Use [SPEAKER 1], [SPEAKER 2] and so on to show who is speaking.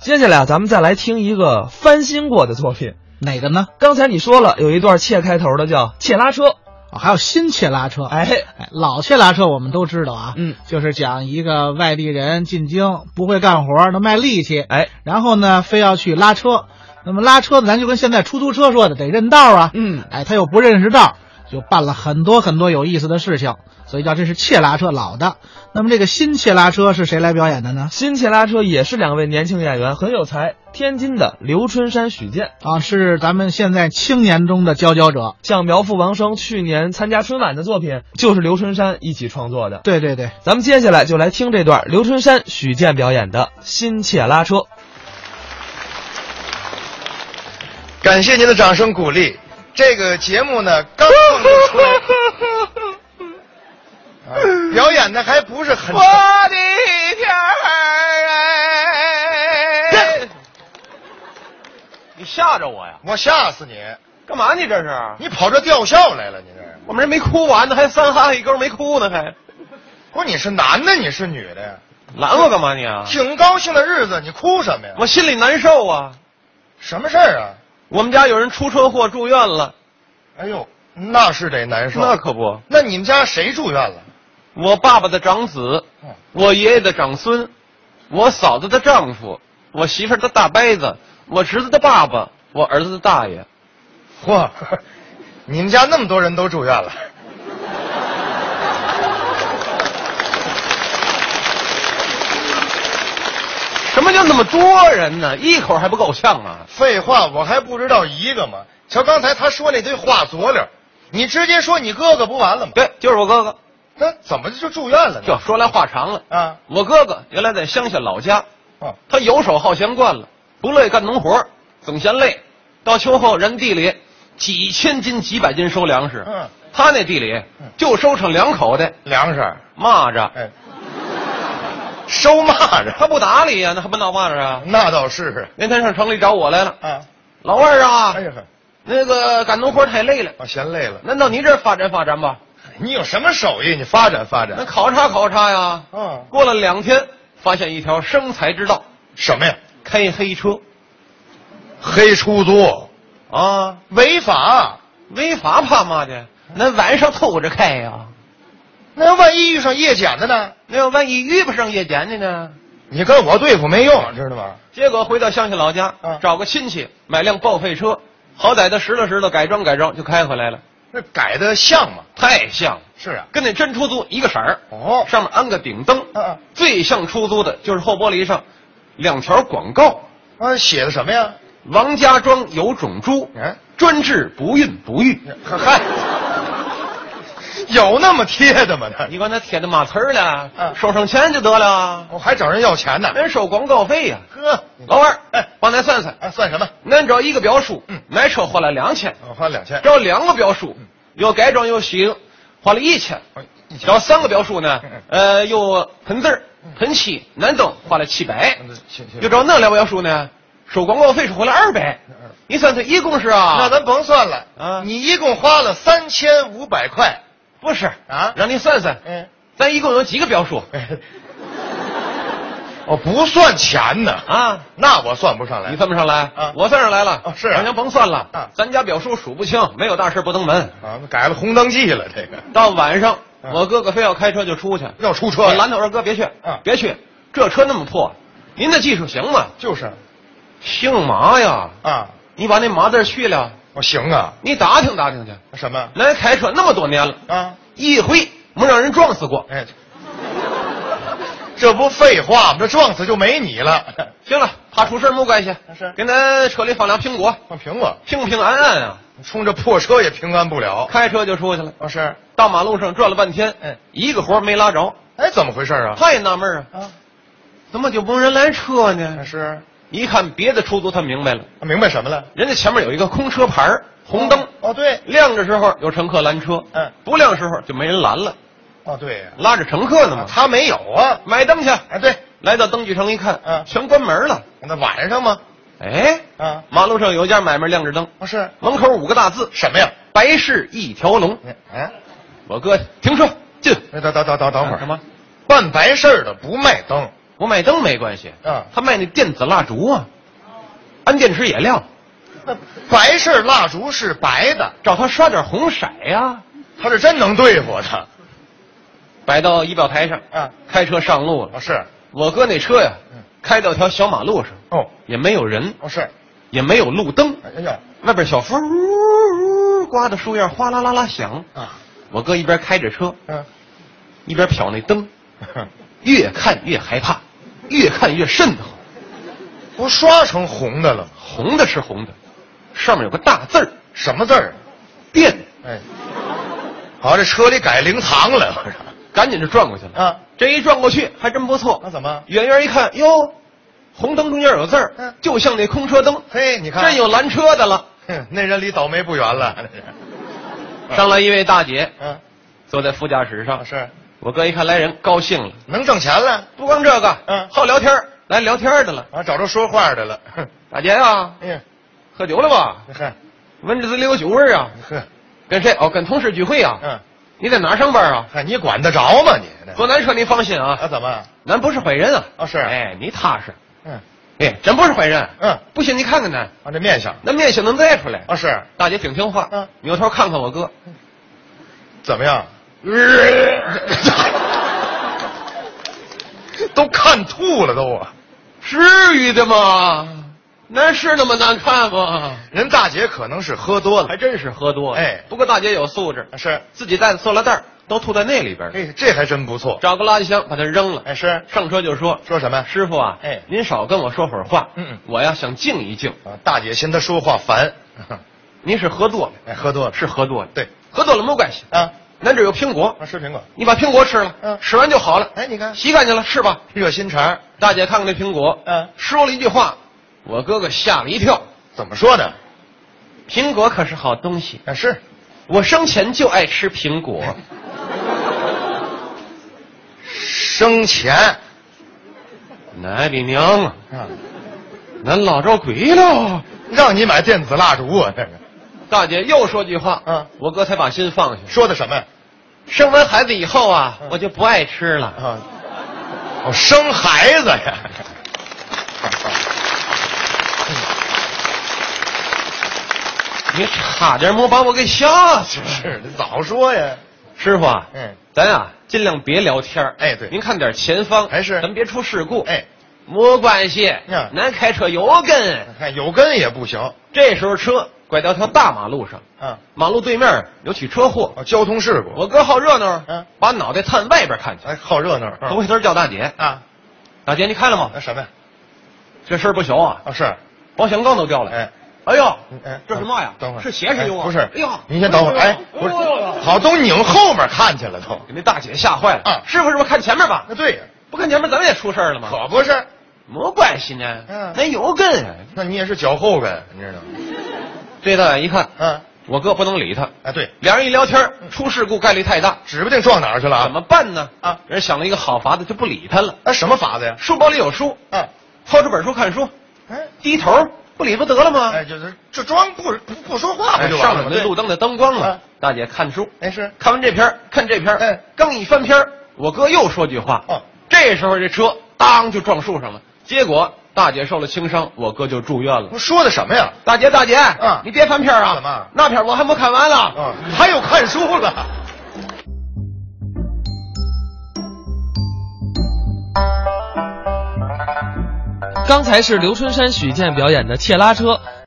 [SPEAKER 1] 接下来啊，咱们再来听一个翻新过的作品。
[SPEAKER 2] 哪个呢？
[SPEAKER 1] 刚才你说了有一段“切”开头的叫“切拉车
[SPEAKER 2] 哦还有新切拉车，”，
[SPEAKER 1] 哎，
[SPEAKER 2] 哎，老切拉车我们都知道啊，
[SPEAKER 1] 嗯，
[SPEAKER 2] 就是讲一个外地人进京不会干活，能卖力气，
[SPEAKER 1] 哎，
[SPEAKER 2] 然后呢非要去拉车，那么拉车呢，咱就跟现在出租车说的得认道啊，
[SPEAKER 1] 嗯，
[SPEAKER 2] 哎，他又不认识道，就办了很多很多有意思的事情，所以叫这是切拉车老的。那么这个新切拉车是谁来表演的呢？
[SPEAKER 1] 新切拉车也是两位年轻演员，很有才，天津的刘春山、许健。
[SPEAKER 2] 啊，是咱们现在青年中的佼佼者。
[SPEAKER 1] 像苗阜、王声去年参加春晚的作品，就是刘春山一起创作的。
[SPEAKER 2] 对对对，
[SPEAKER 1] 咱们接下来就来听这段刘春山、许健表演的《新切拉车》。
[SPEAKER 3] 感谢您的掌声鼓励。这个节目呢，刚创立出来，啊 表演的还不是很
[SPEAKER 4] 我的天儿哎！你吓着我呀？
[SPEAKER 3] 我吓死你！
[SPEAKER 4] 干嘛你这是？
[SPEAKER 3] 你跑这吊孝来了，你这是
[SPEAKER 4] 我们这没哭完呢，还三哈一勾没哭呢，还
[SPEAKER 3] 不是你是男的，你是女的呀？
[SPEAKER 4] 拦我干嘛你啊？
[SPEAKER 3] 挺高兴的日子，你哭什么呀？
[SPEAKER 4] 我心里难受啊！
[SPEAKER 3] 什么事儿啊？
[SPEAKER 4] 我们家有人出车祸住院了，
[SPEAKER 3] 哎呦，那是得难受。
[SPEAKER 4] 那可不，
[SPEAKER 3] 那你们家谁住院了？嗯
[SPEAKER 4] 我爸爸的长子，我爷爷的长孙，我嫂子的丈夫，我媳妇儿的大伯子，我侄子的爸爸，我儿子的大爷。
[SPEAKER 3] 嚯， 你们家那么多人都住院了。
[SPEAKER 4] 什么叫那么多人呢？一口还不够呛啊！
[SPEAKER 3] 废话，我还不知道一个吗？瞧刚才他说那堆话佐料，你直接说你哥哥不完了吗？
[SPEAKER 4] 对，就是我哥哥。
[SPEAKER 3] 那怎么就住院了
[SPEAKER 4] 这
[SPEAKER 3] 呢？
[SPEAKER 4] 说来话长了
[SPEAKER 3] 啊
[SPEAKER 4] 我哥哥原来在乡下老家，
[SPEAKER 3] 哦，
[SPEAKER 4] 他游手好闲惯了，不乐意干农活儿，总嫌累。到秋后，人地里几千斤、几百斤收粮食，
[SPEAKER 3] 嗯，
[SPEAKER 4] 他那地里
[SPEAKER 3] 嗯
[SPEAKER 4] 就收成两口袋
[SPEAKER 3] 粮食，
[SPEAKER 4] 蚂蚱，
[SPEAKER 3] 哎，收蚂蚱，
[SPEAKER 4] 他不搭理呀、那还不闹蚂蚱啊？
[SPEAKER 3] 那倒是
[SPEAKER 4] 那天上城里找我来了，
[SPEAKER 3] 啊。
[SPEAKER 4] 老二啊，
[SPEAKER 3] 哎呀呵，
[SPEAKER 4] 那个干农活太累了，
[SPEAKER 3] 我啊嫌累了。
[SPEAKER 4] 难道你这儿发展发展吧？
[SPEAKER 3] 你有什么手艺？你发展发
[SPEAKER 4] 那
[SPEAKER 3] 展。
[SPEAKER 4] 考察考察呀。
[SPEAKER 3] 嗯
[SPEAKER 4] 过了两天，发现一条生财之道，
[SPEAKER 3] 什么呀？
[SPEAKER 4] 开黑车
[SPEAKER 3] 黑出租，
[SPEAKER 4] 啊。
[SPEAKER 3] 违法。
[SPEAKER 4] 违法怕嘛的？那晚上偷着开呀、
[SPEAKER 3] 那万一遇上夜检的呢？
[SPEAKER 4] 那万一遇不上夜检的呢？
[SPEAKER 3] 你跟我对付没用，知道吗？
[SPEAKER 4] 结果回到乡下老家，
[SPEAKER 3] 啊
[SPEAKER 4] 找个亲戚买辆报废车，好歹的拾掇拾掇，改装改装就开回来了，
[SPEAKER 3] 那改的像吗？
[SPEAKER 4] 太像了，
[SPEAKER 3] 是啊。
[SPEAKER 4] 跟那真出租一个色儿。
[SPEAKER 3] 哦
[SPEAKER 4] 上面安个顶灯，
[SPEAKER 3] 嗯嗯
[SPEAKER 4] 最像出租的就是后玻璃上两条广告：
[SPEAKER 3] 啊，写的什么呀？
[SPEAKER 4] 王家庄有种猪，
[SPEAKER 3] 嗯
[SPEAKER 4] 专治不孕不育。
[SPEAKER 3] 嗨，有那么贴的吗？
[SPEAKER 4] 你
[SPEAKER 3] 那
[SPEAKER 4] 管他贴的嘛词儿呢？
[SPEAKER 3] 嗯
[SPEAKER 4] 收上钱就得了啊，
[SPEAKER 3] 我还找人要钱呢。
[SPEAKER 4] 人收广告费呀、
[SPEAKER 3] 哎呵，
[SPEAKER 4] 老二，
[SPEAKER 3] 哎
[SPEAKER 4] 帮咱算算，
[SPEAKER 3] 哎，算什么？
[SPEAKER 4] 恁找一个表叔，
[SPEAKER 3] 嗯
[SPEAKER 4] 买车花了两千，
[SPEAKER 3] 我花两千。
[SPEAKER 4] 找两个表叔，又改装又洗，花了一千
[SPEAKER 3] 哎一，千
[SPEAKER 4] 找三个表叔呢
[SPEAKER 3] 嗯嗯，
[SPEAKER 4] 呃，又喷字儿、喷漆、南灯，花了七百
[SPEAKER 3] 嗯行行，
[SPEAKER 4] 又找那两个表叔呢，收广告费是花了二百
[SPEAKER 3] 嗯嗯，
[SPEAKER 4] 你算算一共是啊？
[SPEAKER 3] 那咱甭算了
[SPEAKER 4] 啊
[SPEAKER 3] 你一共花了三千五百块
[SPEAKER 4] 不是
[SPEAKER 3] 啊
[SPEAKER 4] 让你算算，
[SPEAKER 3] 嗯，
[SPEAKER 4] 咱一共有几个表叔
[SPEAKER 3] 我哦不算钱呢啊，
[SPEAKER 4] 啊？
[SPEAKER 3] 那我算不上来。
[SPEAKER 4] 你算不上来
[SPEAKER 3] 啊，
[SPEAKER 4] 我算上来了
[SPEAKER 3] 哦，是啊
[SPEAKER 4] 咱甭算了
[SPEAKER 3] 啊
[SPEAKER 4] 咱家表叔数不清，没有大事不登门。
[SPEAKER 3] 啊？改了红灯记了，这个
[SPEAKER 4] 到晚上，
[SPEAKER 3] 嗯
[SPEAKER 4] 我哥哥非要开车就出去，
[SPEAKER 3] 要出车
[SPEAKER 4] 我拦他我说哥别去
[SPEAKER 3] 嗯，
[SPEAKER 4] 别去，这车那么破，您的技术行吗？
[SPEAKER 3] 就是
[SPEAKER 4] 姓麻呀，
[SPEAKER 3] 啊，
[SPEAKER 4] 你把那麻字去了，
[SPEAKER 3] 我行啊，
[SPEAKER 4] 你打听打听去。
[SPEAKER 3] 什么
[SPEAKER 4] 来开车那么多年了，
[SPEAKER 3] 啊？
[SPEAKER 4] 一回没让人撞死过。
[SPEAKER 3] 哎，这不废话吗？这撞死就没你了。
[SPEAKER 4] 哎行了，怕出事儿没关系，
[SPEAKER 3] 是
[SPEAKER 4] 给咱车里放俩苹果，
[SPEAKER 3] 放苹果，
[SPEAKER 4] 平平安安啊。
[SPEAKER 3] 冲着破车也平安不了。
[SPEAKER 4] 开车就出去了，
[SPEAKER 3] 老师，
[SPEAKER 4] 到马路上转了半天，
[SPEAKER 3] 嗯
[SPEAKER 4] 一个活儿没拉着，
[SPEAKER 3] 哎，怎么回事啊？
[SPEAKER 4] 他也纳闷儿啊，
[SPEAKER 3] 啊，
[SPEAKER 4] 怎么就没人来车呢
[SPEAKER 3] 老？师，啊
[SPEAKER 4] 一看别的出租，他明白了。
[SPEAKER 3] 明白什么了？
[SPEAKER 4] 人家前面有一个空车牌儿红灯，
[SPEAKER 3] 哦，对，
[SPEAKER 4] 亮的时候有乘客拦车，
[SPEAKER 3] 嗯
[SPEAKER 4] 不亮时候就没人拦了，
[SPEAKER 3] 哦，对呀、
[SPEAKER 4] 拉着乘客呢
[SPEAKER 3] 啊
[SPEAKER 4] 嘛。
[SPEAKER 3] 他没有啊。
[SPEAKER 4] 买灯去，
[SPEAKER 3] 哎，对，
[SPEAKER 4] 来到灯具城一看，
[SPEAKER 3] 嗯
[SPEAKER 4] 全关门了。
[SPEAKER 3] 那晚上嘛，
[SPEAKER 4] 哎，
[SPEAKER 3] 啊，
[SPEAKER 4] 马路上有一家买卖亮着灯，
[SPEAKER 3] 不是
[SPEAKER 4] 门口五个大字
[SPEAKER 3] 什么呀？
[SPEAKER 4] “白事一条龙
[SPEAKER 3] 哎哎，”。
[SPEAKER 4] 我哥停车进，啊
[SPEAKER 3] 那等等等等等会儿，
[SPEAKER 4] 什么？
[SPEAKER 3] 办白事儿的不卖灯，
[SPEAKER 4] 我卖灯没关系，
[SPEAKER 3] 嗯
[SPEAKER 4] 他卖那电子蜡烛啊，安电池也亮，
[SPEAKER 3] 那白事儿蜡烛是白的，
[SPEAKER 4] 找他刷点红色呀、
[SPEAKER 3] 他是真能对付的
[SPEAKER 4] 摆到仪表台上，
[SPEAKER 3] 啊！
[SPEAKER 4] 开车上路了
[SPEAKER 3] 哦。是，
[SPEAKER 4] 我哥那车呀
[SPEAKER 3] 嗯，
[SPEAKER 4] 开到条小马路上，
[SPEAKER 3] 哦
[SPEAKER 4] 也没有人，
[SPEAKER 3] 哦是，
[SPEAKER 4] 也没有路灯，
[SPEAKER 3] 哎呀
[SPEAKER 4] 外边小风呜呜刮的树叶哗啦啦啦响。
[SPEAKER 3] 啊，
[SPEAKER 4] 我哥一边开着车，
[SPEAKER 3] 嗯，
[SPEAKER 4] 一边瞟那灯，越看越害怕，越看越瘆得慌。
[SPEAKER 3] 不刷成红的了吗？
[SPEAKER 4] 红的是红的，上面有个大字儿
[SPEAKER 3] 什么字儿？
[SPEAKER 4] “电
[SPEAKER 3] 哎，好，这车里改灵堂了，不是？”，
[SPEAKER 4] 赶紧就转过去了。
[SPEAKER 3] 啊，
[SPEAKER 4] 这一转过去还真不错
[SPEAKER 3] 那，怎么？
[SPEAKER 4] 远远一看，哟，红灯中间有字儿
[SPEAKER 3] 嗯，
[SPEAKER 4] 就像那空车灯，
[SPEAKER 3] 嘿，你看，啊
[SPEAKER 4] 真有拦车 的了。
[SPEAKER 3] 哼， 那人离倒霉不远了，那是，
[SPEAKER 4] 上来一位大姐，
[SPEAKER 3] 嗯，
[SPEAKER 4] 坐在副驾驶
[SPEAKER 3] 啊
[SPEAKER 4] 上。
[SPEAKER 3] 是，
[SPEAKER 4] 我哥一看来人，高兴了。
[SPEAKER 3] 能挣钱了
[SPEAKER 4] 不光这个，
[SPEAKER 3] 嗯
[SPEAKER 4] 好聊天儿来聊天儿的了。
[SPEAKER 3] 啊，找着说话的 了，哼，
[SPEAKER 4] 大姐啊，
[SPEAKER 3] 哎呀，
[SPEAKER 4] 喝酒了吧？
[SPEAKER 3] 呵
[SPEAKER 4] 闻着嘴里有酒味儿啊。
[SPEAKER 3] 呵，
[SPEAKER 4] 跟谁？哦，跟同事聚会啊。
[SPEAKER 3] 嗯，
[SPEAKER 4] 你在哪儿上班啊？
[SPEAKER 3] 嗨，哎你管得着吗你？那
[SPEAKER 4] 坐南车，您放心啊，
[SPEAKER 3] 啊，怎么？
[SPEAKER 4] 咱不是坏人啊。
[SPEAKER 3] 啊是
[SPEAKER 4] 哎，你踏实。
[SPEAKER 3] 嗯
[SPEAKER 4] 哎，真不是坏人。
[SPEAKER 3] 嗯，
[SPEAKER 4] 不信你看看咱，
[SPEAKER 3] 啊，这面相
[SPEAKER 4] 那面相能带出来。
[SPEAKER 3] 啊是，
[SPEAKER 4] 大姐挺听话。
[SPEAKER 3] 嗯
[SPEAKER 4] 扭头看看我哥。
[SPEAKER 3] 怎么样？ 啊都看吐了都啊！
[SPEAKER 4] 至于的吗？那是那么难看吗？
[SPEAKER 3] 人大姐可能是喝多了
[SPEAKER 4] 还，真是喝多了。
[SPEAKER 3] 哎
[SPEAKER 4] 不过大姐有素质，
[SPEAKER 3] 是，
[SPEAKER 4] 自己带的塑料袋儿都吐在那里边儿，
[SPEAKER 3] 哎，这还真不错。
[SPEAKER 4] 找个垃圾箱把它扔了。
[SPEAKER 3] 哎，是
[SPEAKER 4] 上车就说
[SPEAKER 3] 说什么呀？
[SPEAKER 4] 师傅啊，
[SPEAKER 3] 哎
[SPEAKER 4] 您少跟我说会儿话，
[SPEAKER 3] 嗯嗯
[SPEAKER 4] 我呀想静一静。
[SPEAKER 3] 啊，大姐嫌他说话烦，
[SPEAKER 4] 您是喝多了，
[SPEAKER 3] 哎，喝多了
[SPEAKER 4] 是喝多了，
[SPEAKER 3] 对，
[SPEAKER 4] 喝多了没关系，
[SPEAKER 3] 啊，
[SPEAKER 4] 咱这有苹果，
[SPEAKER 3] 啊，吃苹果，
[SPEAKER 4] 你把苹果吃了，
[SPEAKER 3] 嗯
[SPEAKER 4] 吃完就好了，
[SPEAKER 3] 哎你看
[SPEAKER 4] 洗干净了是吧？
[SPEAKER 3] 热心肠，
[SPEAKER 4] 大姐看看这苹果，
[SPEAKER 3] 嗯
[SPEAKER 4] 说了一句话，我哥哥吓了一跳，
[SPEAKER 3] 怎么说呢？
[SPEAKER 4] 苹果可是好东西，
[SPEAKER 3] 啊，是
[SPEAKER 4] 我生前就爱吃苹果，
[SPEAKER 3] 生前
[SPEAKER 4] 奶你娘啊，
[SPEAKER 3] 啊，
[SPEAKER 4] 咱老着鬼了。
[SPEAKER 3] 让你买电子蜡烛啊，这个
[SPEAKER 4] 大姐又说句话，
[SPEAKER 3] 嗯
[SPEAKER 4] 我哥才把心放下。
[SPEAKER 3] 说的什么呀？
[SPEAKER 4] 生完孩子以后啊，
[SPEAKER 3] 嗯
[SPEAKER 4] 我就不爱吃了。
[SPEAKER 3] 啊，哦，生孩子呀。
[SPEAKER 4] 你差点没把我给 吓死了。
[SPEAKER 3] 是，你早说呀！
[SPEAKER 4] 师傅啊，
[SPEAKER 3] 嗯，
[SPEAKER 4] 咱啊尽量别聊天儿
[SPEAKER 3] 哎对
[SPEAKER 4] 您看点前方，
[SPEAKER 3] 还是
[SPEAKER 4] 咱别出事故。，
[SPEAKER 3] 哎，
[SPEAKER 4] 没关系，
[SPEAKER 3] 嗯
[SPEAKER 4] 咱开车有根。
[SPEAKER 3] 看有根也不行
[SPEAKER 4] 这时候车拐到条大马路上，
[SPEAKER 3] 啊！
[SPEAKER 4] 马路对面有起车祸，
[SPEAKER 3] 哦，交通事故，
[SPEAKER 4] 我哥好热闹，
[SPEAKER 3] 嗯
[SPEAKER 4] 把脑袋探外边看去，
[SPEAKER 3] 哎，哎好热闹
[SPEAKER 4] 头回头叫大姐，
[SPEAKER 3] 啊！
[SPEAKER 4] 大姐你看了
[SPEAKER 3] 那
[SPEAKER 4] 吗？
[SPEAKER 3] 什么呀？
[SPEAKER 4] 这事儿不小啊，
[SPEAKER 3] 啊，是，
[SPEAKER 4] 保险杠都掉了。
[SPEAKER 3] 哎，
[SPEAKER 4] 哎呦
[SPEAKER 3] 嗯哎，
[SPEAKER 4] 这是嘛呀？
[SPEAKER 3] 等会儿
[SPEAKER 4] 是鞋是油啊？
[SPEAKER 3] 哎不是，
[SPEAKER 4] 哎呦，
[SPEAKER 3] 您先等会儿，哎，不是，好，都拧后面看去了都。
[SPEAKER 4] 给那大姐吓坏了。
[SPEAKER 3] 啊
[SPEAKER 4] 师傅，是不是看前面吧？
[SPEAKER 3] 那对呀，
[SPEAKER 4] 不看前面，咱们也出事儿了吗？
[SPEAKER 3] 可不是，
[SPEAKER 4] 没关系呢，
[SPEAKER 3] 嗯
[SPEAKER 4] 咱有根啊。
[SPEAKER 3] 那你也是脚后跟，你知道吗？
[SPEAKER 4] 这大眼一看，
[SPEAKER 3] 嗯，
[SPEAKER 4] 我哥不能理他，
[SPEAKER 3] 哎，对，
[SPEAKER 4] 俩人一聊天，出事故概率太大，
[SPEAKER 3] 指不定撞哪儿去了嗯啊？
[SPEAKER 4] 怎么办呢？
[SPEAKER 3] 啊
[SPEAKER 4] 人想了一个好法子，就不理他了。
[SPEAKER 3] 哎，什么法子呀？
[SPEAKER 4] 书包里有书，
[SPEAKER 3] 啊，
[SPEAKER 4] 掏出本书看书，
[SPEAKER 3] 哎，
[SPEAKER 4] 低头不理不得了吗？
[SPEAKER 3] 哎，就是就装不不不说话不就
[SPEAKER 4] 上
[SPEAKER 3] 完
[SPEAKER 4] 了
[SPEAKER 3] 了
[SPEAKER 4] 我
[SPEAKER 3] 吗？
[SPEAKER 4] 那路灯的灯光了
[SPEAKER 3] 啊。
[SPEAKER 4] 大姐看书，
[SPEAKER 3] 对，哎是，
[SPEAKER 4] 看完这篇儿看这篇儿，
[SPEAKER 3] 哎
[SPEAKER 4] 刚一翻篇儿我哥又说句话，
[SPEAKER 3] 哦
[SPEAKER 4] 这时候这车当就撞树上了，结果大姐受了轻伤，我哥就住院了
[SPEAKER 3] 不。说的什么呀？
[SPEAKER 4] 大姐，大姐，
[SPEAKER 3] 嗯
[SPEAKER 4] 你别翻篇儿啊！
[SPEAKER 3] 怎么
[SPEAKER 4] 那篇儿我还没看完呢。
[SPEAKER 3] 啊，还有看书了。
[SPEAKER 1] 刚才是刘春山、许健表演的《切拉车》，